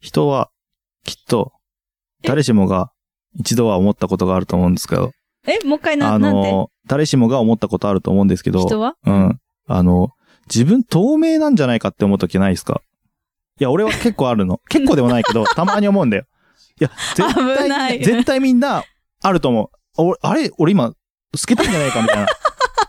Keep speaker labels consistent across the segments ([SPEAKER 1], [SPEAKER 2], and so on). [SPEAKER 1] 人は、きっと、誰しもが一度は思ったことがあると思うんですけど、
[SPEAKER 2] え、もう一回な、
[SPEAKER 1] あ
[SPEAKER 2] なんて
[SPEAKER 1] の、誰しもが思ったことあると思うんですけど、
[SPEAKER 2] 人は
[SPEAKER 1] うん。あの、自分透明なんじゃないかって思うときないですかいや、俺は結構ある の。結構でもないけど、たまに思うんだよ。いや、絶
[SPEAKER 2] 危
[SPEAKER 1] 対、
[SPEAKER 2] ない
[SPEAKER 1] 絶対みんな、あると思う。俺、あれ俺今、透けたんじゃないかみたいな、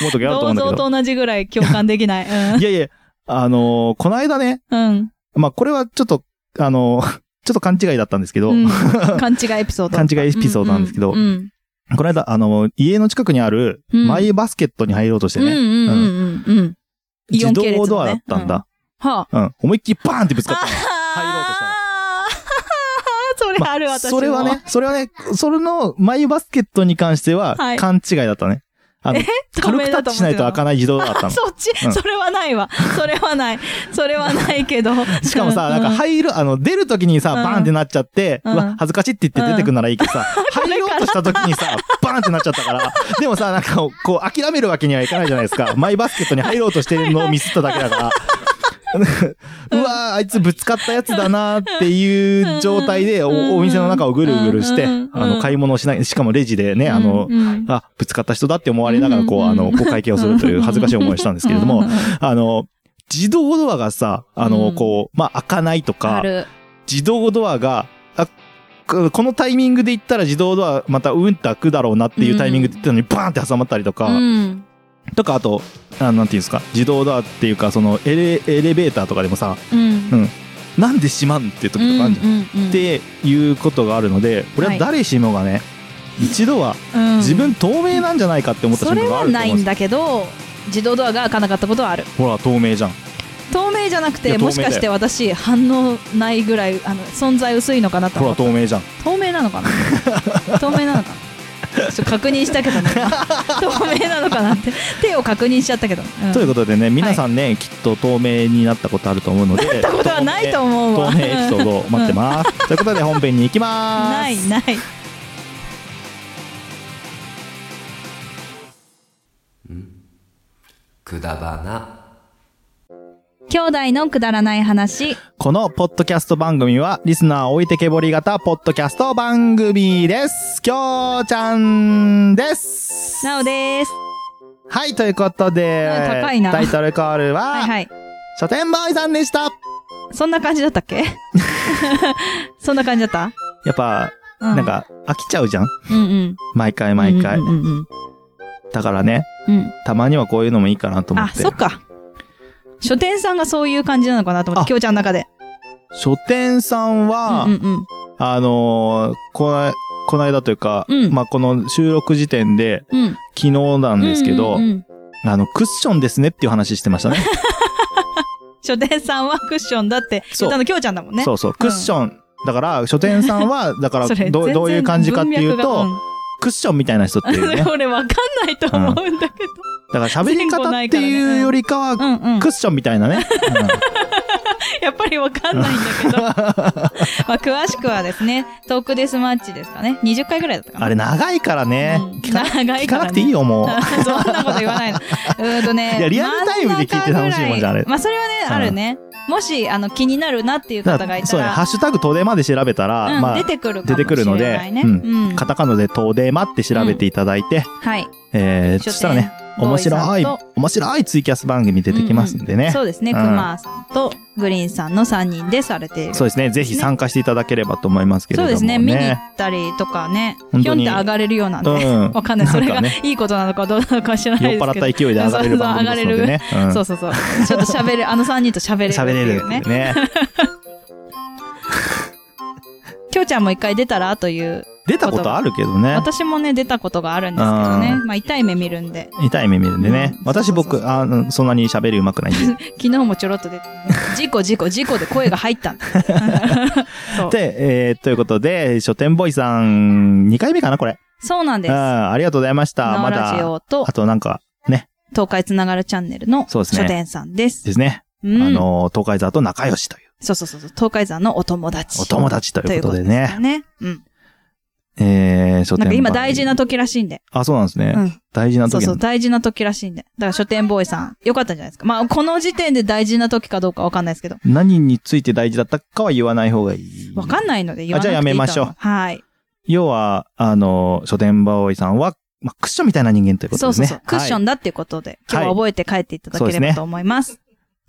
[SPEAKER 1] 思うときあると思う
[SPEAKER 2] 銅
[SPEAKER 1] んだ
[SPEAKER 2] 像
[SPEAKER 1] けど。
[SPEAKER 2] と同じぐらい共感でき ない。
[SPEAKER 1] いやいや、あのーこの間ね、
[SPEAKER 2] うん。うん。
[SPEAKER 1] まあ、これはちょっと、あのーちょっと勘違いだったんですけど、
[SPEAKER 2] うん勘違いエピソード。
[SPEAKER 1] 勘違いエピソードなんですけど
[SPEAKER 2] うんうん。
[SPEAKER 1] この間、あのー家の近くにある、
[SPEAKER 2] うん
[SPEAKER 1] マイバスケットに入ろうとして
[SPEAKER 2] うんう
[SPEAKER 1] ね、
[SPEAKER 2] んうんうんうん。イオ
[SPEAKER 1] 自
[SPEAKER 2] ン系列のね
[SPEAKER 1] 動ドアだったんだ。
[SPEAKER 2] はあ。
[SPEAKER 1] うん。思いっきりバーンってぶつかったの。入ろうとした
[SPEAKER 2] ああーそれある
[SPEAKER 1] まあ
[SPEAKER 2] 私も。
[SPEAKER 1] それはね、それはね、それの、マイバスケットに関しては
[SPEAKER 2] はい、
[SPEAKER 1] 勘違いだったね。あの、
[SPEAKER 2] 透
[SPEAKER 1] 軽
[SPEAKER 2] 明
[SPEAKER 1] くタ
[SPEAKER 2] だ
[SPEAKER 1] ッ
[SPEAKER 2] と思ってたの
[SPEAKER 1] チしないと開かない自動だったの。
[SPEAKER 2] そっち、
[SPEAKER 1] うん
[SPEAKER 2] それはないわ。それはない。それはないけど。
[SPEAKER 1] しかもさ、
[SPEAKER 2] う
[SPEAKER 1] なんか入る、あの、出る時にさ、
[SPEAKER 2] うん
[SPEAKER 1] バーンってなっちゃって、
[SPEAKER 2] う
[SPEAKER 1] うんわ、恥ずかしいって言って出てくんならいいけ どさ、入ろうとした時にさ、バーンってなっちゃったから、でもさ、なんか、こう、諦めるわけにはいかないじゃないですか。マイバスケットに入ろうとしてるのをミスっただけだから。うわーあいつぶつかったやつだなーっていう状態で
[SPEAKER 2] うん
[SPEAKER 1] お、お店の中をぐるぐるして、
[SPEAKER 2] うん
[SPEAKER 1] あの、買い物をしない、しかもレジでね、
[SPEAKER 2] うん
[SPEAKER 1] あの
[SPEAKER 2] う、ん
[SPEAKER 1] あ、ぶつかった人だって思われながら、こう、
[SPEAKER 2] うん
[SPEAKER 1] あの、こう会計をするという恥ずかしい思いをしたんですけれど
[SPEAKER 2] うんう
[SPEAKER 1] も
[SPEAKER 2] ん、うん
[SPEAKER 1] あの、自動ドアがさ、あ
[SPEAKER 2] う
[SPEAKER 1] の、
[SPEAKER 2] ん
[SPEAKER 1] こう、まあ、開かないと
[SPEAKER 2] あ
[SPEAKER 1] か、
[SPEAKER 2] る。
[SPEAKER 1] 自動ドアが、あここのタイミングで行ったら自動ドアまたうんって開くだろうなっていうタイミングで言ったのにバーンって挟まったりとか、
[SPEAKER 2] うん。
[SPEAKER 1] とかあとあなんていうんですか自動ドアっていうかそのエレエレベーターとかでもさ
[SPEAKER 2] うん。
[SPEAKER 1] なんで閉まんって時とかあるじゃん、
[SPEAKER 2] うんうんうん
[SPEAKER 1] っていうことがあるのでこれは誰しもがね、一度は
[SPEAKER 2] うん
[SPEAKER 1] 自分透明なんじゃないかって思った
[SPEAKER 2] そ
[SPEAKER 1] 瞬
[SPEAKER 2] れ
[SPEAKER 1] 間があ
[SPEAKER 2] は
[SPEAKER 1] ると思
[SPEAKER 2] な
[SPEAKER 1] う
[SPEAKER 2] い
[SPEAKER 1] んで
[SPEAKER 2] ん
[SPEAKER 1] すよ
[SPEAKER 2] だけど自動ドアが開かなかったことはある
[SPEAKER 1] ほら透明じゃん
[SPEAKER 2] 透明じゃなく
[SPEAKER 1] い
[SPEAKER 2] て
[SPEAKER 1] や
[SPEAKER 2] もしかして私反応ないぐらいあの存在薄いのかなと
[SPEAKER 1] ほら
[SPEAKER 2] 思った
[SPEAKER 1] 透明じゃん
[SPEAKER 2] 透明なのかな 透明なのかなちょっと確認したけどね透明なのかなって手を確認しちゃったけど、うん
[SPEAKER 1] ということでね皆さんね、きっと透明になったことあると思うのでなった
[SPEAKER 2] ことは ないと思うわ
[SPEAKER 1] 透明エピソードを待ってます、 ということで本編に行きます
[SPEAKER 2] ないない
[SPEAKER 3] くだばな
[SPEAKER 2] 兄弟のくだらない話
[SPEAKER 1] このポッドキャスト番組はリスナー置いてけぼり型ポッドキャスト番組ですきょうちゃんです
[SPEAKER 2] なおです
[SPEAKER 1] はいということで
[SPEAKER 2] うん高いな
[SPEAKER 1] タイトルコールは、
[SPEAKER 2] はいはい
[SPEAKER 1] 書店ボーイさんでした
[SPEAKER 2] そんな感じだったっ けそんな感じだった、
[SPEAKER 1] やっぱ、
[SPEAKER 2] う
[SPEAKER 1] なんか飽きちゃうじゃん
[SPEAKER 2] うんうん
[SPEAKER 1] 毎回毎回、
[SPEAKER 2] うんうんうん
[SPEAKER 1] だからね
[SPEAKER 2] うん、うん
[SPEAKER 1] たまにはこういうのもいいかなと思
[SPEAKER 2] あ
[SPEAKER 1] って
[SPEAKER 2] そっか書店さんがそういう感じなのかなと思って
[SPEAKER 1] あ
[SPEAKER 2] きょうちゃんの中で
[SPEAKER 1] 書店さんは、
[SPEAKER 2] うんうん
[SPEAKER 1] あのーこの、この間というか、
[SPEAKER 2] うん
[SPEAKER 1] まあ、この収録時点で、
[SPEAKER 2] うん
[SPEAKER 1] 昨日なんですけど、
[SPEAKER 2] うんうんうん
[SPEAKER 1] あの、クッションですねっていう話してましたね。
[SPEAKER 2] 書店さんはクッションだって
[SPEAKER 1] そ
[SPEAKER 2] 言
[SPEAKER 1] う
[SPEAKER 2] ったのきょうちゃんだ もんね
[SPEAKER 1] そうそう、クッション。だから、書店さん は、だから
[SPEAKER 2] それ
[SPEAKER 1] どう、
[SPEAKER 2] 全然
[SPEAKER 1] どういう感じかっていうと、
[SPEAKER 2] 文
[SPEAKER 1] クッションみたいな人ってい
[SPEAKER 2] 脈
[SPEAKER 1] う
[SPEAKER 2] がう
[SPEAKER 1] ね
[SPEAKER 2] ん。俺わかんないと思うんだけど、
[SPEAKER 1] だから喋り方っていうよりかは、
[SPEAKER 2] うん、うん
[SPEAKER 1] クッションみたいなね。
[SPEAKER 2] やっぱりわかんないんだ けどまあ詳しくはですねトークデスマッチですかね20回ぐらいだった
[SPEAKER 1] う
[SPEAKER 2] か
[SPEAKER 1] ん
[SPEAKER 2] な
[SPEAKER 1] あれ、長いからね。
[SPEAKER 2] うん
[SPEAKER 1] 聞か
[SPEAKER 2] 長いからね
[SPEAKER 1] 聞かなくていいよ、もう。
[SPEAKER 2] そんなこと言わないの。うーんとね。
[SPEAKER 1] いやリアルタイムで聞いて楽しいもんじゃんあれ
[SPEAKER 2] 真中ぐらまあ、それはね、
[SPEAKER 1] うん
[SPEAKER 2] あるね。もし、あの、気になるなっていう方がいた
[SPEAKER 1] そうね、ハ
[SPEAKER 2] ら、
[SPEAKER 1] ッシュタグ都電まで調べたら、
[SPEAKER 2] うん
[SPEAKER 1] まあ
[SPEAKER 2] 出、てくるか
[SPEAKER 1] 出
[SPEAKER 2] も
[SPEAKER 1] てくるの
[SPEAKER 2] しれ
[SPEAKER 1] で
[SPEAKER 2] ないね。、
[SPEAKER 1] うん。カ
[SPEAKER 2] は
[SPEAKER 1] タカナで東デマって調べていただいて、
[SPEAKER 2] い。
[SPEAKER 1] えー、そ
[SPEAKER 2] 書
[SPEAKER 1] したらね
[SPEAKER 2] 店、ボ
[SPEAKER 1] 面
[SPEAKER 2] ーイさんと
[SPEAKER 1] 白い、面白いツイキャス番組出てきますんでね。
[SPEAKER 2] そうですね、
[SPEAKER 1] うん
[SPEAKER 2] クマさんとグリーンさんの3人でされている。
[SPEAKER 1] そうですね。ぜひ参加していただければと思いますけれ
[SPEAKER 2] そ
[SPEAKER 1] ど
[SPEAKER 2] う
[SPEAKER 1] も、
[SPEAKER 2] で
[SPEAKER 1] ね。
[SPEAKER 2] すね見に行ったりとかね、
[SPEAKER 1] 本
[SPEAKER 2] ひょ
[SPEAKER 1] 当
[SPEAKER 2] んっ
[SPEAKER 1] に
[SPEAKER 2] て上がれるようなんで、
[SPEAKER 1] うん
[SPEAKER 2] わかんない。それが
[SPEAKER 1] なんか
[SPEAKER 2] いいことなのかどうなのか知らないです
[SPEAKER 1] 酔っ
[SPEAKER 2] けど。
[SPEAKER 1] 払った勢いで上がれる番組ですのでね。うん
[SPEAKER 2] そうそうそう。ちょっと喋る、あの3人と喋れるって
[SPEAKER 1] 喋れ
[SPEAKER 2] い
[SPEAKER 1] る
[SPEAKER 2] う
[SPEAKER 1] ってい
[SPEAKER 2] ね
[SPEAKER 1] う。ね。
[SPEAKER 2] きょうちゃんも一回出たらという
[SPEAKER 1] 出たことあるけどね。
[SPEAKER 2] 私もね出たことがあるんですけどね
[SPEAKER 1] う
[SPEAKER 2] まあ痛い目見るんで
[SPEAKER 1] 痛い目見るんでね。
[SPEAKER 2] うん
[SPEAKER 1] 私
[SPEAKER 2] そうそう
[SPEAKER 1] 僕、
[SPEAKER 2] そう
[SPEAKER 1] あのそんなに喋り上手くないん で。
[SPEAKER 2] 昨日もちょろっと出て事故事故事故で声が入ったんだ そう
[SPEAKER 1] で、えーということで、書店ボーイさん、2回目かなこれ。
[SPEAKER 2] そうなんです
[SPEAKER 1] あありがとうございました。
[SPEAKER 2] ナ
[SPEAKER 1] ま
[SPEAKER 2] オラジ
[SPEAKER 1] だ、
[SPEAKER 2] オと
[SPEAKER 1] あとなんか、ね、
[SPEAKER 2] 東海つながるチャンネルの
[SPEAKER 1] そう
[SPEAKER 2] 書
[SPEAKER 1] ですね
[SPEAKER 2] 店さんです
[SPEAKER 1] ですね。
[SPEAKER 2] うん
[SPEAKER 1] あの、東海座と仲良しという、
[SPEAKER 2] そうそうそうそう東海山のお友達
[SPEAKER 1] お友達ということで
[SPEAKER 2] と
[SPEAKER 1] ね。
[SPEAKER 2] ねうん
[SPEAKER 1] えー、書店
[SPEAKER 2] なんか今大事な
[SPEAKER 1] 時。
[SPEAKER 2] 時らしいんで
[SPEAKER 1] あ、そうなんですね。
[SPEAKER 2] うん
[SPEAKER 1] 大事な時
[SPEAKER 2] そう
[SPEAKER 1] なんだ
[SPEAKER 2] そう大事な時らしいんでだから書店ボーイさんよかったんじゃないですかまあこの時点で大事な時かどうかわかんないですけど
[SPEAKER 1] 何について大事だったかは言わない方がいい。
[SPEAKER 2] わかんないので言わなくて
[SPEAKER 1] あじゃ
[SPEAKER 2] いい
[SPEAKER 1] あやめましょう
[SPEAKER 2] と思はい。
[SPEAKER 1] 要は、あの、書店場おいさんは、まあ、クッションみたいな人間ということ
[SPEAKER 2] そう
[SPEAKER 1] です
[SPEAKER 2] そう
[SPEAKER 1] ね。
[SPEAKER 2] そう。クッショ
[SPEAKER 1] はい
[SPEAKER 2] ンだっていうことで、今日は覚えて帰っていただ
[SPEAKER 1] そう
[SPEAKER 2] け
[SPEAKER 1] で
[SPEAKER 2] れ
[SPEAKER 1] すね
[SPEAKER 2] ばと思います。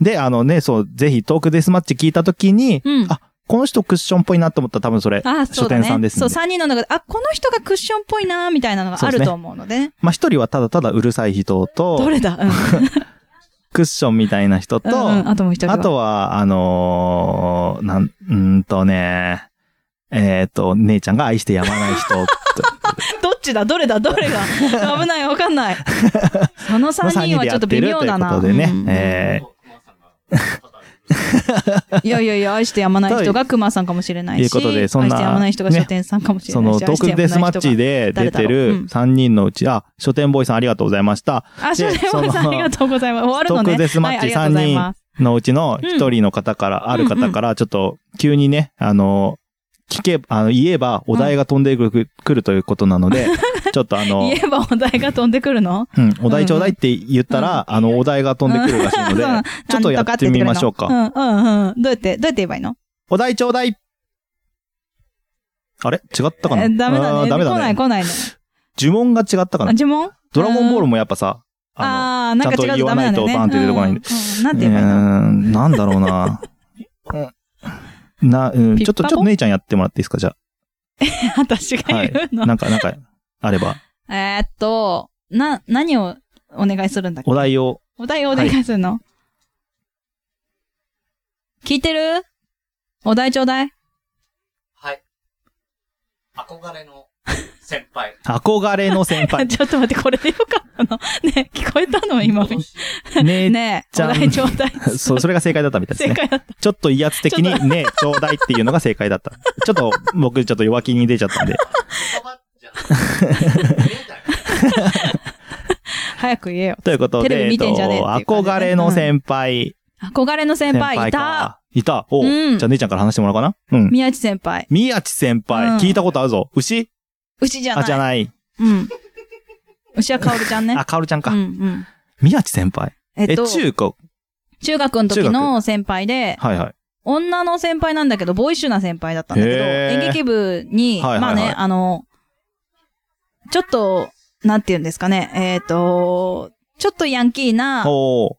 [SPEAKER 1] で、あのね、そう、ぜひトークデスマッチ聞いたときに、
[SPEAKER 2] うん。
[SPEAKER 1] あこの人クッションっぽいなと思ったら多分それ、
[SPEAKER 2] あ、そうだ
[SPEAKER 1] 書店さんで
[SPEAKER 2] ね。
[SPEAKER 1] すんで
[SPEAKER 2] そう、3人の中で、あ、この人がクッションっぽいな、みたいなのがあ
[SPEAKER 1] そうです
[SPEAKER 2] る
[SPEAKER 1] ね
[SPEAKER 2] と思うのでね。
[SPEAKER 1] まあ、一人はただただうるさい人
[SPEAKER 2] ど
[SPEAKER 1] と、
[SPEAKER 2] れだうん。
[SPEAKER 1] クッションみたいな人と、
[SPEAKER 2] うんうんあともう一人は。
[SPEAKER 1] あとは、あのーなん、うーんとね、えっ、と、姉ちゃんが愛してやまない人 と
[SPEAKER 2] どっちだどれだど れが危ない、わかんない。その
[SPEAKER 1] の
[SPEAKER 2] 3
[SPEAKER 1] 3
[SPEAKER 2] 人
[SPEAKER 1] 人
[SPEAKER 2] は
[SPEAKER 1] で
[SPEAKER 2] ちょ
[SPEAKER 1] や
[SPEAKER 2] っ
[SPEAKER 1] っ
[SPEAKER 2] と
[SPEAKER 1] て
[SPEAKER 2] 微
[SPEAKER 1] る
[SPEAKER 2] 妙
[SPEAKER 1] という
[SPEAKER 2] だな。
[SPEAKER 1] ことでね
[SPEAKER 2] う。ん
[SPEAKER 1] え
[SPEAKER 2] いやいやいや、愛してやまない人が熊さんかもしれない
[SPEAKER 1] とい
[SPEAKER 2] し、
[SPEAKER 1] うことでそんな
[SPEAKER 2] 愛してやまない人が書店さんかもし
[SPEAKER 1] ー
[SPEAKER 2] れ
[SPEAKER 1] そ
[SPEAKER 2] ない
[SPEAKER 1] の
[SPEAKER 2] し、
[SPEAKER 1] トークデスマッチ
[SPEAKER 2] で。
[SPEAKER 1] で出て
[SPEAKER 2] 誰だろうう
[SPEAKER 1] る
[SPEAKER 2] ん
[SPEAKER 1] 3人のうち、あ、書店ボーイさんありがとうございました。
[SPEAKER 2] あ、書店ボーイ
[SPEAKER 1] そ
[SPEAKER 2] さんあ
[SPEAKER 1] の
[SPEAKER 2] りがとうございます。終わる
[SPEAKER 1] ト
[SPEAKER 2] の
[SPEAKER 1] ー
[SPEAKER 2] ね。
[SPEAKER 1] クデスマッチ
[SPEAKER 2] はいありがとうございま
[SPEAKER 1] 3
[SPEAKER 2] す
[SPEAKER 1] 人のうちの1人の方から、ある方から、ちょっと急にね、あの、聞け、あの、言えばお題が飛んでくる,、ということなので、 ちょっとあの、
[SPEAKER 2] 言えばお題が飛んでくるの
[SPEAKER 1] うん、お題ちょうだいって言ったら、あの、お題が飛んでくるらしい ので、
[SPEAKER 2] うん
[SPEAKER 1] ちょっとやってみましょうか
[SPEAKER 2] なんとかって言ってくれるのうん、うん、うん。どうやって、どうやって言えばいいの
[SPEAKER 1] お題ちょうだいあれ違ったかな
[SPEAKER 2] えダメだ
[SPEAKER 1] あー
[SPEAKER 2] ね。
[SPEAKER 1] ダメだ
[SPEAKER 2] 来ない
[SPEAKER 1] ね。
[SPEAKER 2] 来ないね。
[SPEAKER 1] 呪文が違ったか
[SPEAKER 2] あ
[SPEAKER 1] な
[SPEAKER 2] 呪文
[SPEAKER 1] ドラゴンボールもやっぱさ、あ
[SPEAKER 2] ああー、なんか違うとダメなんだよね。
[SPEAKER 1] ちゃんと言わないとバーンって出て
[SPEAKER 2] うんうんなん
[SPEAKER 1] の、
[SPEAKER 2] て言えばい
[SPEAKER 1] うーんな
[SPEAKER 2] いの
[SPEAKER 1] んだろうな。う んな、うん、
[SPEAKER 2] ピッ
[SPEAKER 1] ちょっと、
[SPEAKER 2] パ
[SPEAKER 1] ちょ
[SPEAKER 2] ポ
[SPEAKER 1] っと姉ちゃんやってもらっていいですかじゃ
[SPEAKER 2] 私 が言う
[SPEAKER 1] あ。
[SPEAKER 2] の。
[SPEAKER 1] なんか、なんか、あれば。
[SPEAKER 2] えーっと、な、何をお願いするんだっけ
[SPEAKER 1] お題を、
[SPEAKER 2] お題をお願いするの、聞いてるお題ちょうだい
[SPEAKER 4] はい。憧れの先 輩。
[SPEAKER 1] 憧れの先 輩。
[SPEAKER 2] ちょっと待って、これでよかったのね、聞こえたの今。
[SPEAKER 4] 脅し
[SPEAKER 1] ね、
[SPEAKER 2] ねえ、
[SPEAKER 1] ち
[SPEAKER 2] お
[SPEAKER 1] ゃん
[SPEAKER 2] 題ちょうだい。
[SPEAKER 1] そう、それが正解だったみたいです
[SPEAKER 2] 正
[SPEAKER 1] ね。
[SPEAKER 2] 解だった。
[SPEAKER 1] ちょっと威圧的にね、ちょうだいっていうのが正解だった。ちょっと、僕、ちょっと弱気に出ちゃったんで。
[SPEAKER 4] 言葉じ ゃない。見えない
[SPEAKER 2] 早く言えよ。
[SPEAKER 1] ということ
[SPEAKER 2] テレ
[SPEAKER 1] で、
[SPEAKER 2] ビ見てんじゃねえっていう感じだね
[SPEAKER 1] 憧れの先輩。
[SPEAKER 2] 憧れの先輩いた。
[SPEAKER 1] か。いた。おう
[SPEAKER 2] うん
[SPEAKER 1] じゃあ姉ちゃんから話してもらおうかな。うん。
[SPEAKER 2] 宮地先輩。
[SPEAKER 1] 宮地先輩、
[SPEAKER 2] うん
[SPEAKER 1] 聞いたことあるぞ。牛
[SPEAKER 2] 牛じゃな
[SPEAKER 1] あ、
[SPEAKER 2] い。
[SPEAKER 1] じゃない。
[SPEAKER 2] うん。牛はかおるちゃんね。
[SPEAKER 1] あ、かおるちゃんか。
[SPEAKER 2] うんうん。
[SPEAKER 1] 宮地先輩。
[SPEAKER 2] えっ
[SPEAKER 1] え、
[SPEAKER 2] と、
[SPEAKER 1] 中高。
[SPEAKER 2] 中学の時の先輩で、
[SPEAKER 1] はいはい。
[SPEAKER 2] 女の先輩なんだけど、ボーイッシュな先輩だったんだけど、
[SPEAKER 1] へー
[SPEAKER 2] 演劇部
[SPEAKER 1] は
[SPEAKER 2] に、
[SPEAKER 1] いはいはい
[SPEAKER 2] まあね、あの、ちょっと、なんて言うんですかね、えっ、と、ちょっとヤンキーな
[SPEAKER 1] お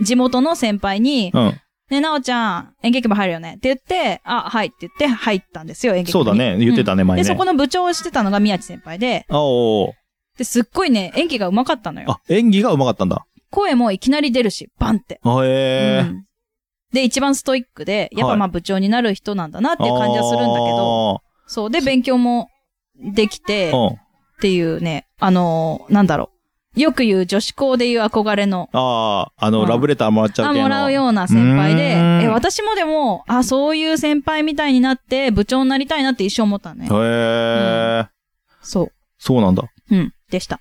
[SPEAKER 1] ー
[SPEAKER 2] 地元の先輩に、
[SPEAKER 1] うん。
[SPEAKER 2] ね、なおちゃん、演劇部入るよねって言って、あ、はいって言って入ったんですよ、演劇
[SPEAKER 1] そ
[SPEAKER 2] 部に。
[SPEAKER 1] うだね。言ってたね、
[SPEAKER 2] うん。
[SPEAKER 1] 前
[SPEAKER 2] で、
[SPEAKER 1] ね。
[SPEAKER 2] そこの部長をしてたのが宮地先輩で、
[SPEAKER 1] あおー
[SPEAKER 2] で、すっごいね、演技が上手かったのよ。
[SPEAKER 1] あ、演技が上手かったんだ。
[SPEAKER 2] 声もいきなり出るし、バンって。
[SPEAKER 1] あへ
[SPEAKER 2] う
[SPEAKER 1] ー
[SPEAKER 2] んで、一番ストイックで、やっぱまあ部長になる人なんだなっていう感じはするんだけど、そう。で、勉強もできて、
[SPEAKER 1] あーうん。
[SPEAKER 2] っていうね、あのーなんだろう。よく言う女子校でいう憧れの、
[SPEAKER 1] ああ、あの、
[SPEAKER 2] うん
[SPEAKER 1] ラブレターもらっちゃ
[SPEAKER 2] あ、
[SPEAKER 1] う系の
[SPEAKER 2] もらうような先輩で
[SPEAKER 1] うー、ん
[SPEAKER 2] え、私もでも、あ、そういう先輩みたいになって、部長になりたいなって一生思ったね。
[SPEAKER 1] へー
[SPEAKER 2] そ
[SPEAKER 1] そうなんだ。
[SPEAKER 2] う。うん。でした。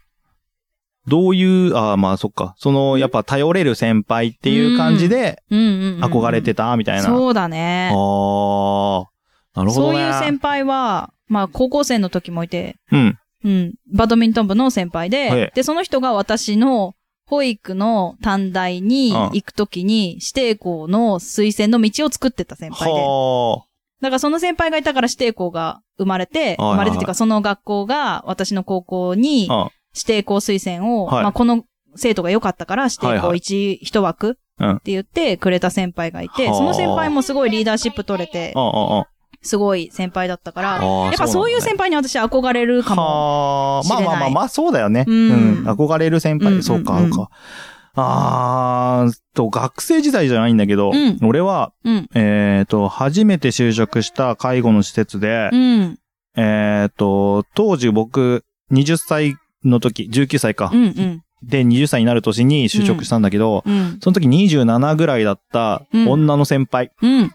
[SPEAKER 1] どういう、ああ、まあそっか。その、やっぱ頼れる先輩っていう感じで、
[SPEAKER 2] うんうんうん、うん。
[SPEAKER 1] 憧れてたみたいな。
[SPEAKER 2] そうだ
[SPEAKER 1] ああ、
[SPEAKER 2] ね。
[SPEAKER 1] なるほ
[SPEAKER 2] そ
[SPEAKER 1] ど
[SPEAKER 2] う
[SPEAKER 1] ね。
[SPEAKER 2] いう先輩は、まあ、高校生の時もいて、
[SPEAKER 1] うん。
[SPEAKER 2] うん。バドミントン部の先輩で、
[SPEAKER 1] ええ
[SPEAKER 2] で、その人が私の保育の短大に行くときに、指定校の推薦の道を作ってた先輩で。
[SPEAKER 1] は
[SPEAKER 2] だからその先輩がいたから指定校が生まれて、
[SPEAKER 1] はいはい
[SPEAKER 2] 生まれてっていうかその学校が私の高校に
[SPEAKER 1] あ。
[SPEAKER 2] 指定校推薦を、
[SPEAKER 1] はい
[SPEAKER 2] まあこの生徒が良かったから指
[SPEAKER 1] はい
[SPEAKER 2] 定
[SPEAKER 1] は
[SPEAKER 2] 校
[SPEAKER 1] い
[SPEAKER 2] 一、一枠
[SPEAKER 1] うん
[SPEAKER 2] って言ってくれた先輩がいて、
[SPEAKER 1] はあ
[SPEAKER 2] その先輩もすごいリーダーシップ取れて
[SPEAKER 1] あ、あ、あ
[SPEAKER 2] すごい先輩だったから、
[SPEAKER 1] あー
[SPEAKER 2] やっぱそういう
[SPEAKER 1] そう
[SPEAKER 2] 先輩に私憧れる
[SPEAKER 1] あ。
[SPEAKER 2] かも。
[SPEAKER 1] はあ。まあまあ
[SPEAKER 2] 知れ
[SPEAKER 1] ま
[SPEAKER 2] な
[SPEAKER 1] あ
[SPEAKER 2] い
[SPEAKER 1] まあ、そうだよね。
[SPEAKER 2] うん
[SPEAKER 1] うん憧れる先
[SPEAKER 2] うんうんう
[SPEAKER 1] 輩。
[SPEAKER 2] ん
[SPEAKER 1] そうか、そうか。ああ、と、学生時代じゃないんだけど
[SPEAKER 2] うん、
[SPEAKER 1] 俺は、
[SPEAKER 2] うん。
[SPEAKER 1] えっと、初めて就職した介護の施設で
[SPEAKER 2] う、ん。
[SPEAKER 1] えっと、当時僕、20歳の時、19歳か
[SPEAKER 2] う。ん。うん。
[SPEAKER 1] で、20歳になる年に就職したんだけど、
[SPEAKER 2] うん。
[SPEAKER 1] その時27ぐらいだった女の先輩、
[SPEAKER 2] うん。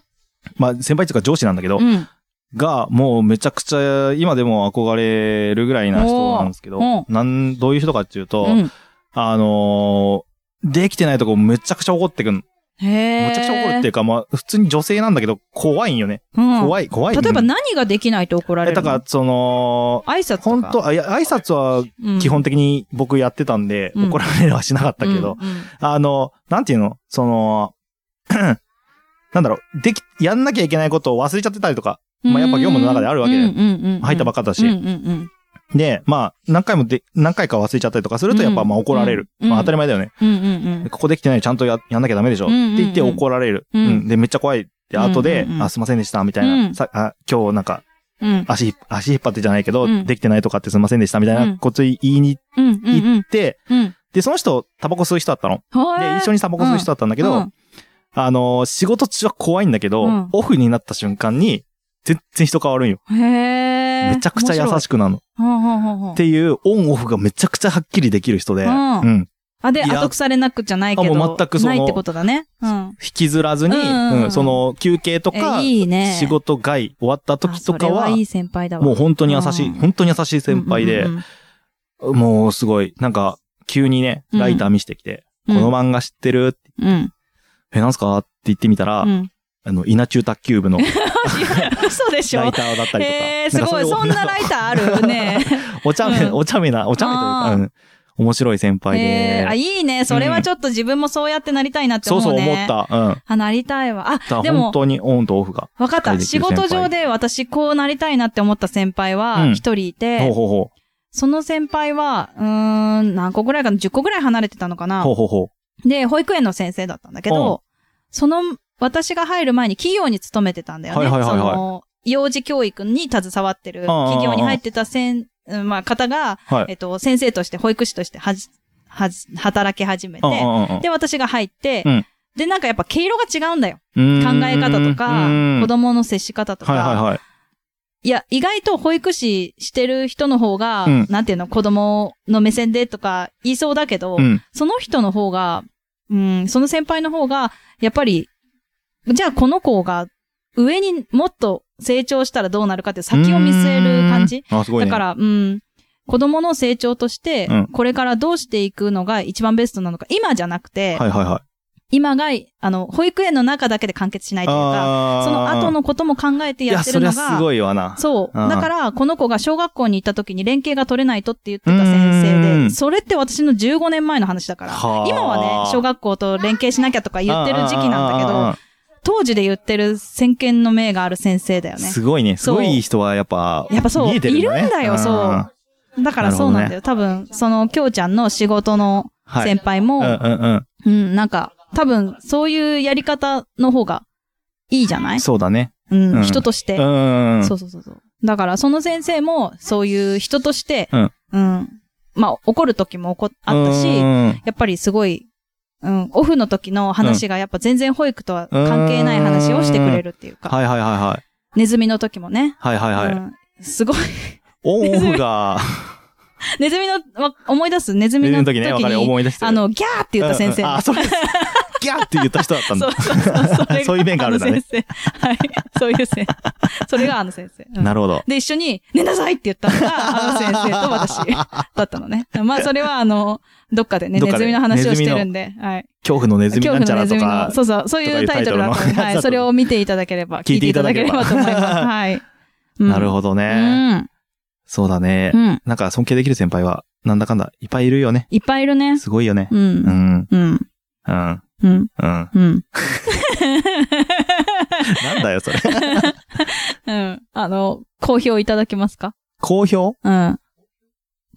[SPEAKER 1] まあ先輩っていうか上司なんだけど、
[SPEAKER 2] うん。
[SPEAKER 1] が、もうめちゃくちゃ、今でも憧れるぐらいな人なんですけ
[SPEAKER 2] おー
[SPEAKER 1] ど、なん、どういう人かっていうと、
[SPEAKER 2] うん。
[SPEAKER 1] あのーできてないとこめちゃくちゃ怒ってくん。
[SPEAKER 2] へえ。
[SPEAKER 1] めちゃくちゃ怒るっていうか、まあ、普通に女性なんだけど、怖いんよね。
[SPEAKER 2] うん。
[SPEAKER 1] 怖い、怖い。
[SPEAKER 2] 例えば
[SPEAKER 1] うん
[SPEAKER 2] 何ができないと怒られ
[SPEAKER 1] え
[SPEAKER 2] る
[SPEAKER 1] だ
[SPEAKER 2] の
[SPEAKER 1] から、その、
[SPEAKER 2] 挨拶とか。
[SPEAKER 1] 本当あいや挨拶は
[SPEAKER 2] うん、
[SPEAKER 1] 基本的に僕やってたんで、
[SPEAKER 2] うん
[SPEAKER 1] 怒られはしなかったけど、
[SPEAKER 2] うんうん
[SPEAKER 1] あの、なんていうの その、なんだろう、でき、やんなきゃいけないことを忘れちゃってたりとか、まあやっぱ業務の中であるわけで入
[SPEAKER 2] 入
[SPEAKER 1] ったばっかだし
[SPEAKER 2] うんうんうん
[SPEAKER 1] で、まあ、何回もで、何回か忘れちゃったりとかすると、やっぱまあ怒られる。
[SPEAKER 2] うん
[SPEAKER 1] まあ当たり前だよね。
[SPEAKER 2] うんうん
[SPEAKER 1] ここできてない、ちゃんとややんなきゃダメでしょ。っ
[SPEAKER 2] うんうんうん
[SPEAKER 1] て言って怒られる。
[SPEAKER 2] うん
[SPEAKER 1] うんで、めっちゃ怖い。で、後で
[SPEAKER 2] うんうんう、ん
[SPEAKER 1] あ、すいませんでした、みたいな。
[SPEAKER 2] うん
[SPEAKER 1] さあ今日なんか、
[SPEAKER 2] うんうん
[SPEAKER 1] 足、足引っ張ってじゃないけど、
[SPEAKER 2] うん
[SPEAKER 1] できてないとかってすいませんでした、みたいうなんこと言いに
[SPEAKER 2] うんうんうん
[SPEAKER 1] 行って、
[SPEAKER 2] うん
[SPEAKER 1] で、その人、タバコ吸う人だったの。で、一緒
[SPEAKER 2] に
[SPEAKER 1] にタバコ吸う人だったんだけど、あのー仕事中は怖いんだけど、
[SPEAKER 2] うん
[SPEAKER 1] オフになった瞬間に、全然人変わるんよ。
[SPEAKER 2] へー
[SPEAKER 1] めちゃくちゃ優しくなるの。
[SPEAKER 2] 面白いほうほうほうほう
[SPEAKER 1] っていう、オンオフがめちゃくちゃはっきりできる人で、う
[SPEAKER 2] うん
[SPEAKER 1] ん。
[SPEAKER 2] あ、で、
[SPEAKER 1] いや
[SPEAKER 2] 後腐れなくじゃないけ
[SPEAKER 1] あ
[SPEAKER 2] ど。
[SPEAKER 1] もう全くその
[SPEAKER 2] ないってことだね。うん。
[SPEAKER 1] 引きずらずに、
[SPEAKER 2] うんうんうん
[SPEAKER 1] うんその休憩とか、
[SPEAKER 2] えいいね。
[SPEAKER 1] 仕事外終わった時とか
[SPEAKER 2] あそれ
[SPEAKER 1] は、
[SPEAKER 2] はいい先輩だわ。
[SPEAKER 1] もう本当に優しい、
[SPEAKER 2] うん
[SPEAKER 1] 本当に優しい先輩で、
[SPEAKER 2] うんうん
[SPEAKER 1] もうすごい、なんか、急にね、
[SPEAKER 2] うん
[SPEAKER 1] ライター見してきて、
[SPEAKER 2] うん、
[SPEAKER 1] この漫画知ってるって
[SPEAKER 2] うん。
[SPEAKER 1] え、なんすかって言ってみたら、
[SPEAKER 2] うん。
[SPEAKER 1] あの、稲中卓球部のライ
[SPEAKER 2] 嘘でしょ
[SPEAKER 1] ターだったりとか。
[SPEAKER 2] えー、すごい。
[SPEAKER 1] か
[SPEAKER 2] そんなライターあるね。
[SPEAKER 1] お茶目、
[SPEAKER 2] うん
[SPEAKER 1] お茶目な、お茶目というか、
[SPEAKER 2] あー
[SPEAKER 1] うん。面白い先輩で。
[SPEAKER 2] えー、あ、いいね。それはちょっと自分もそうやってなりたいなって
[SPEAKER 1] そ
[SPEAKER 2] 思
[SPEAKER 1] う
[SPEAKER 2] うね。
[SPEAKER 1] そう思った。うん。だ
[SPEAKER 2] あ、なりたいわ。あ、
[SPEAKER 1] から
[SPEAKER 2] で
[SPEAKER 1] 本
[SPEAKER 2] も、
[SPEAKER 1] 当にオンとオフが。
[SPEAKER 2] わかっ
[SPEAKER 1] 理解
[SPEAKER 2] た。
[SPEAKER 1] でき
[SPEAKER 2] 仕
[SPEAKER 1] る先輩
[SPEAKER 2] 事上で私こうなりたいなって思った先輩
[SPEAKER 1] うん
[SPEAKER 2] は一人いて、
[SPEAKER 1] ほうほうほ
[SPEAKER 2] その先輩は、うーん、何個ぐらいかな ?10 個ぐらい離れてたのか
[SPEAKER 1] う。
[SPEAKER 2] な
[SPEAKER 1] ほうほうほ
[SPEAKER 2] で、保育園の先生だったんだけど、その、私が入る前に企業に勤めてたんだよね。
[SPEAKER 1] はいはいはいはい
[SPEAKER 2] その、幼児教育に携わってる
[SPEAKER 1] ああああ
[SPEAKER 2] 企業に入ってたせん、うんまあ、方が、
[SPEAKER 1] う。はい。
[SPEAKER 2] えっと、先生として、保育士としてはじ、はじ、働き始めて、
[SPEAKER 1] うんうんうん
[SPEAKER 2] で、私が入って、
[SPEAKER 1] うん
[SPEAKER 2] で、なんかやっぱ毛色が違うんだよ。
[SPEAKER 1] うん
[SPEAKER 2] 考え方とか
[SPEAKER 1] うん、
[SPEAKER 2] 子供の接し方とか。
[SPEAKER 1] はいはいはい。
[SPEAKER 2] いや、意外と保育士してる人の方が、
[SPEAKER 1] うん
[SPEAKER 2] なんていうの、子供の目線でとか言いそうだけど、
[SPEAKER 1] うん。
[SPEAKER 2] その人の方が、うん、その先輩の方が、やっぱり、じゃあこの子が上にもっと成長したらどうなるかっていう先を見据える感じ。
[SPEAKER 1] うんあ、すごい
[SPEAKER 2] だ
[SPEAKER 1] ね。
[SPEAKER 2] から、うん、子供の成長として
[SPEAKER 1] うん、
[SPEAKER 2] これからどうしていくのが一番ベストなのか、今じゃなくて、
[SPEAKER 1] はいはいはい。
[SPEAKER 2] 今が、あの、保育園の中だけで完結しないというか、
[SPEAKER 1] あー
[SPEAKER 2] その後のことも考えてやってるの
[SPEAKER 1] いや、そりゃす
[SPEAKER 2] が、
[SPEAKER 1] ごいわな。
[SPEAKER 2] そう。
[SPEAKER 1] うん
[SPEAKER 2] だから、この子が小学校に行った時に連携が取れないとって言ってた
[SPEAKER 1] う
[SPEAKER 2] 先
[SPEAKER 1] ー
[SPEAKER 2] 生
[SPEAKER 1] ん
[SPEAKER 2] で、それって私の15年前の話だから。
[SPEAKER 1] はあ
[SPEAKER 2] 今はね、小学校と連携しなきゃとか言ってる時期なん
[SPEAKER 1] あーあー
[SPEAKER 2] だ
[SPEAKER 1] あ
[SPEAKER 2] けど、当時で言ってる先見の明がある先生だよ
[SPEAKER 1] ー
[SPEAKER 2] ね。
[SPEAKER 1] すごいね。す
[SPEAKER 2] そう
[SPEAKER 1] ごいいい人はやっぱ、
[SPEAKER 2] やっぱそう
[SPEAKER 1] 見えてるね。
[SPEAKER 2] いるんだよそう
[SPEAKER 1] うん
[SPEAKER 2] だからそうなんだよ。多分、その、きょうちゃんの仕事の
[SPEAKER 1] はい。
[SPEAKER 2] 先輩も、
[SPEAKER 1] うんうん
[SPEAKER 2] うん、なんか、多分、そういうやり方の方がいいじゃな
[SPEAKER 1] う
[SPEAKER 2] い
[SPEAKER 1] ん。そうだね。
[SPEAKER 2] うん、
[SPEAKER 1] うん
[SPEAKER 2] 人として
[SPEAKER 1] う。ん。
[SPEAKER 2] そうそうそうそう。だから、その先生も、そういう人として、
[SPEAKER 1] うん
[SPEAKER 2] うんまあ、怒る時も怒っあったし、
[SPEAKER 1] うん
[SPEAKER 2] やっぱりすごい、うん、オフの時の話がやっぱ全然保育とは関係ない話をしてくれるっていうか、
[SPEAKER 1] はいはいはいはい。
[SPEAKER 2] ネズミの時もね、
[SPEAKER 1] はいはいうはい。
[SPEAKER 2] んすごい、
[SPEAKER 1] オンオフが、
[SPEAKER 2] ネズミの、わ思い出すネズミ
[SPEAKER 1] 寝て
[SPEAKER 2] の
[SPEAKER 1] る時
[SPEAKER 2] 時に、
[SPEAKER 1] ね、わかる思い出してる。
[SPEAKER 2] あの、ギャーって言った先生
[SPEAKER 1] うんうんあ、そ れ、ギャーって言った人だったん
[SPEAKER 2] そ
[SPEAKER 1] だ
[SPEAKER 2] う。そうそうれが
[SPEAKER 1] そういう面があるんだね
[SPEAKER 2] の先生。はい。そういう先生。それがあの先生。うん
[SPEAKER 1] なるほど。
[SPEAKER 2] で、一緒に、寝なさいって言ったのが、あの先生と私だったのね。まあ、それは、あの、どっかでね、
[SPEAKER 1] どっ
[SPEAKER 2] ネ
[SPEAKER 1] かで
[SPEAKER 2] ズミの話をしてるんで、はい。
[SPEAKER 1] 恐怖のネズミなんちゃらと
[SPEAKER 2] 恐怖の
[SPEAKER 1] か
[SPEAKER 2] ネズミの、そうそう、そういうタイトルがあっ
[SPEAKER 1] と
[SPEAKER 2] たの
[SPEAKER 1] かいうタイトル
[SPEAKER 2] で、
[SPEAKER 1] の
[SPEAKER 2] はい。それを見ていただけれ
[SPEAKER 1] 聞
[SPEAKER 2] ば、聞
[SPEAKER 1] いて
[SPEAKER 2] いて
[SPEAKER 1] い
[SPEAKER 2] い
[SPEAKER 1] た
[SPEAKER 2] た
[SPEAKER 1] だ
[SPEAKER 2] だ
[SPEAKER 1] け
[SPEAKER 2] け
[SPEAKER 1] れ
[SPEAKER 2] れ
[SPEAKER 1] ば
[SPEAKER 2] ばと思います。はい。
[SPEAKER 1] なるほど
[SPEAKER 2] ど
[SPEAKER 1] ね。
[SPEAKER 2] ね。
[SPEAKER 1] そうだね
[SPEAKER 2] う。ん。
[SPEAKER 1] なんか尊敬できる先輩は、なんだかんだ、いっぱいいるよね。
[SPEAKER 2] いっぱいいるね。
[SPEAKER 1] すごいよね。
[SPEAKER 2] う。
[SPEAKER 1] うんん。
[SPEAKER 2] うん。
[SPEAKER 1] うん。
[SPEAKER 2] うん。
[SPEAKER 1] うん。
[SPEAKER 2] うん。
[SPEAKER 1] なんだよ、それ。
[SPEAKER 2] うん。あの、好評いただけますか
[SPEAKER 1] 好評
[SPEAKER 2] うん。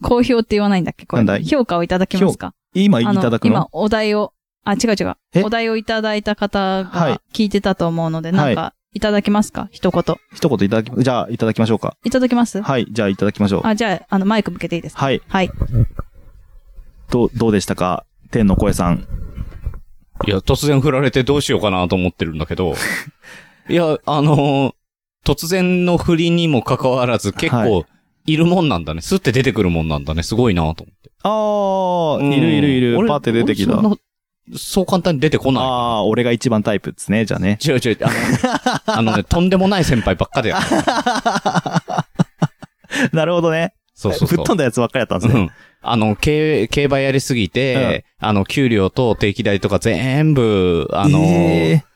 [SPEAKER 2] 好評って言わないんだっけこ
[SPEAKER 1] な
[SPEAKER 2] れ
[SPEAKER 1] んだい
[SPEAKER 2] 評価をいただけますか
[SPEAKER 1] 今い
[SPEAKER 2] あの
[SPEAKER 1] ただくの
[SPEAKER 2] 今、お題を、あ、違う違
[SPEAKER 1] え
[SPEAKER 2] う。お題をいただいた方
[SPEAKER 1] はい
[SPEAKER 2] が聞いてたと思うので、
[SPEAKER 1] は
[SPEAKER 2] ないんか、いただけますか一言。
[SPEAKER 1] 一言いただき、じゃあいただきましょうか。
[SPEAKER 2] いただけます
[SPEAKER 1] はい、じゃあいただきましょう。
[SPEAKER 2] あ、じゃあ、あの、マイク向けていいですか
[SPEAKER 1] はい、
[SPEAKER 2] はい。
[SPEAKER 1] どう、どうでしたか天の声さん。
[SPEAKER 5] いや、突然振られてどうしようかなと思ってるんだ けど、いや、あのー突然の振りにもかかわらず結
[SPEAKER 1] は
[SPEAKER 5] 構いるもんなんだね。スって出てくるもんなんだね。すごいなと思っ
[SPEAKER 1] あ
[SPEAKER 5] て。
[SPEAKER 1] ー、
[SPEAKER 5] うん
[SPEAKER 1] いるいるいる。
[SPEAKER 5] 俺
[SPEAKER 1] パって出てきた。
[SPEAKER 5] 俺そんなそう簡単に出てこな
[SPEAKER 1] あー、俺が一番タイプですね、じゃあね。
[SPEAKER 5] い。違う違う、あの、あのね、とんでもない先輩ばっかでやった。
[SPEAKER 1] なるほどね。
[SPEAKER 5] そうそう
[SPEAKER 1] ぶ
[SPEAKER 5] そ
[SPEAKER 1] っ飛
[SPEAKER 5] う。
[SPEAKER 1] んだやつばっかりだったん
[SPEAKER 5] う
[SPEAKER 1] ですね。
[SPEAKER 5] ん。あの、競、競馬やりすぎて、あの、給料と定期代とか全部、あのー
[SPEAKER 1] えー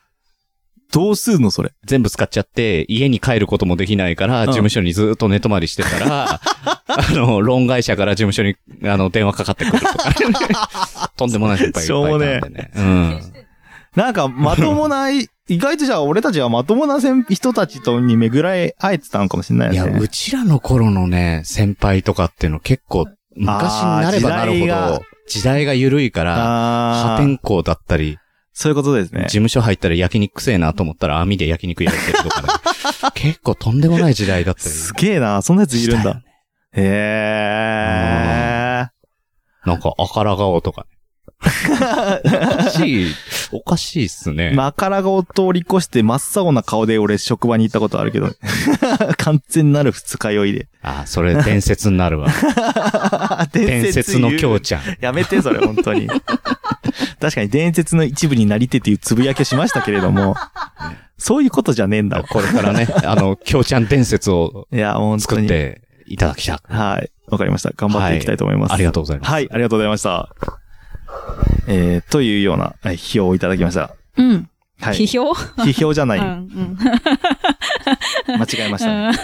[SPEAKER 1] どうすんのそれ。
[SPEAKER 5] 全部使っちゃって、家に帰ることもできないから、
[SPEAKER 1] ん
[SPEAKER 5] 事務所にずっと寝泊まりして たら、あの、ローン会社から事務所に、 あの、電話かかってくるとか、とんでもない先輩がいっぱいいたんでね。うん。
[SPEAKER 1] なんか、まともない、意外とじゃあ俺たちはまともな先人たちとに巡らえ、会えてたのかもしれない
[SPEAKER 5] いや、
[SPEAKER 1] よね。
[SPEAKER 5] うちらの頃のね、先輩とかっていうの結構、昔になればなるほ
[SPEAKER 1] あー時代が
[SPEAKER 5] ど、時代が緩いから、破
[SPEAKER 1] ああ
[SPEAKER 5] 天、荒だったり、
[SPEAKER 1] そういうことですね
[SPEAKER 5] 事。務所入ったら焼肉せえなと思ったら網で焼肉焼いてるとかね、 結構とんでもない時代だったり。
[SPEAKER 1] すげえな、そんなやついるん
[SPEAKER 5] したよ
[SPEAKER 1] だ。へえ。
[SPEAKER 5] なんか、あから顔とかね。おかしい、おかしいっすね。
[SPEAKER 1] マカラがを通り越して真っ青な顔で俺職場に行ったことあるけど、 完全なる二日酔いで。
[SPEAKER 5] あー、それ伝説になるわ。伝説の
[SPEAKER 1] 言
[SPEAKER 5] 京
[SPEAKER 1] う
[SPEAKER 5] ちゃん。
[SPEAKER 1] やめて、それ、本当に。確かに伝説の一部になりてというつぶやきしましたけれど も、そういうことじゃねえんだ。
[SPEAKER 5] これからね、あの、京ちゃん伝説を
[SPEAKER 1] いや、本当
[SPEAKER 5] 作っ
[SPEAKER 1] に。
[SPEAKER 5] ていただきたい。
[SPEAKER 1] はい。わかりました。頑張っていきたいと思います。
[SPEAKER 5] ありがとうございます。
[SPEAKER 1] はい、ありがとうございました。えー、というような、えー批評をいただきました。
[SPEAKER 2] うん。
[SPEAKER 1] はい。
[SPEAKER 2] 批評
[SPEAKER 1] 批評じゃない。
[SPEAKER 2] う
[SPEAKER 1] 間
[SPEAKER 2] ん。うん。
[SPEAKER 1] 違えましたね。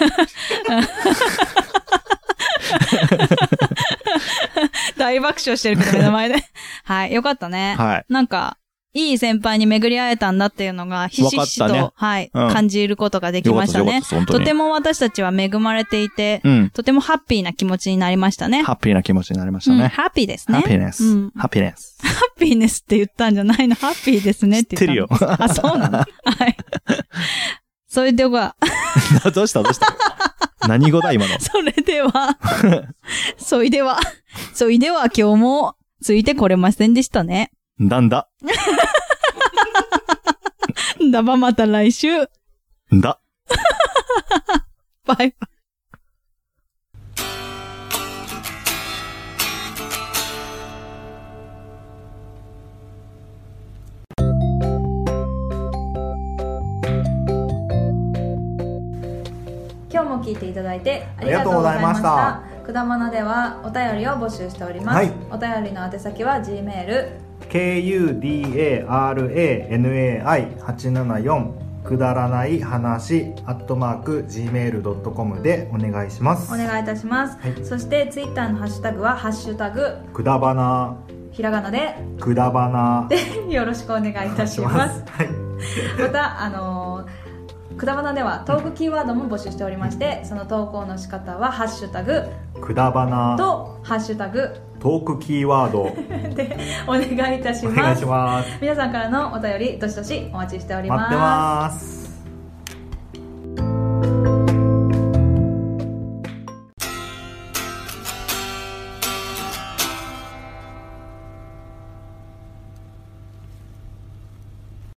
[SPEAKER 2] 大爆笑してるけど、目 の前で。はい。よかったね。
[SPEAKER 1] はい。
[SPEAKER 2] なんか、いい先輩に巡り会えたんだっていうのが、ひしひしと、
[SPEAKER 1] わかったね
[SPEAKER 2] はい、
[SPEAKER 1] うん
[SPEAKER 2] 感じることができ
[SPEAKER 1] よか
[SPEAKER 2] ま
[SPEAKER 1] っ
[SPEAKER 2] したた
[SPEAKER 1] よかった
[SPEAKER 2] ね
[SPEAKER 1] で。す、本当
[SPEAKER 2] と
[SPEAKER 1] に。
[SPEAKER 2] ても私たちは恵まれていて、
[SPEAKER 1] うん。
[SPEAKER 2] とてもハッピーな気持ちになりましたね。
[SPEAKER 1] ハッピーな気持ちになりました
[SPEAKER 2] うん
[SPEAKER 1] ね。
[SPEAKER 2] ハッピーですね。
[SPEAKER 1] ハッピーネス
[SPEAKER 2] うん。
[SPEAKER 1] ハッピーネ ス。
[SPEAKER 2] ハッピーネスって言ったんじゃないのハッピーですねって言ったの。
[SPEAKER 1] 知って
[SPEAKER 2] るよ。あ、そうなんだ。はい。それでは、
[SPEAKER 1] どうしたどうした何語だ、今の。
[SPEAKER 2] それでは、 そいでは、そいでは今日もついてこれませんでしたね。
[SPEAKER 1] なんだ、
[SPEAKER 2] だばまた来週。
[SPEAKER 1] んだ。
[SPEAKER 2] バイバイ。
[SPEAKER 6] 今日も聞いていただいてありがとうございました。くだまなではお便りを募集しております。
[SPEAKER 7] はい
[SPEAKER 6] お便りの宛先は G メール
[SPEAKER 7] kudaranai874 くだらない話アットマーク gmail.com でお願いします
[SPEAKER 6] お願いいたします。
[SPEAKER 7] はい
[SPEAKER 6] そしてツイッターのハッシュタグはハッシュタグ
[SPEAKER 7] くだばな
[SPEAKER 6] ひらがなで
[SPEAKER 7] くだばな
[SPEAKER 6] よろしくお願いいたします。
[SPEAKER 7] はい
[SPEAKER 6] またあのーくだばなではトークキーワードも募集しておりましてその投稿の仕方は「ハッシュタグ
[SPEAKER 7] くだば」な
[SPEAKER 6] と「ハッシュタグ
[SPEAKER 7] トークキーワード」
[SPEAKER 6] でお願いいたし
[SPEAKER 7] お願
[SPEAKER 6] ま
[SPEAKER 7] いし
[SPEAKER 6] す
[SPEAKER 7] ます
[SPEAKER 6] 皆さんからのお便りどしどしお待ちしており
[SPEAKER 7] 待
[SPEAKER 6] ま
[SPEAKER 7] っ
[SPEAKER 6] す
[SPEAKER 7] てます